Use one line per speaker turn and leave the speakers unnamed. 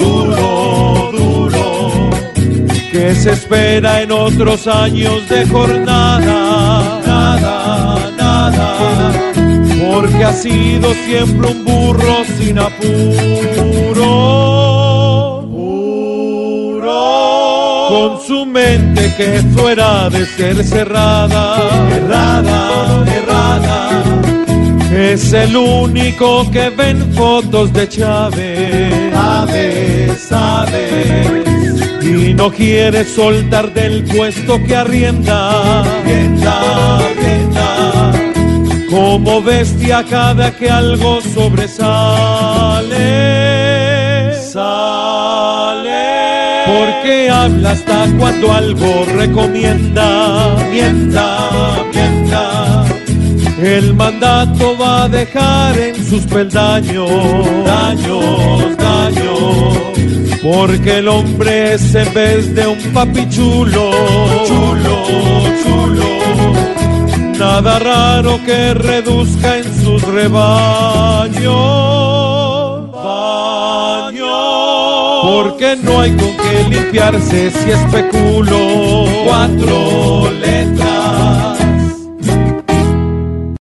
Duro, duro. ¿Qué se espera en otros años de jornada? Nada, nada. Porque ha sido siempre un burro sin apuro. Puro. Con su mente que fuera de ser cerrada. Errada, errada. Es el único que ven fotos de Chávez. Chávez, Chávez. Y no quiere soltar del puesto que arrienda. Arrienda, arrienda. Como bestia cada que algo sobresale. Sale. Porque habla hasta cuando algo recomienda. Mienta, mienta. El mandato va a dejar en sus peldaños daños, daños, porque el hombre es en vez de un papi chulo, chulo, chulo, nada raro que reduzca en sus rebaños, baños, porque no hay con qué limpiarse si especulo cuatro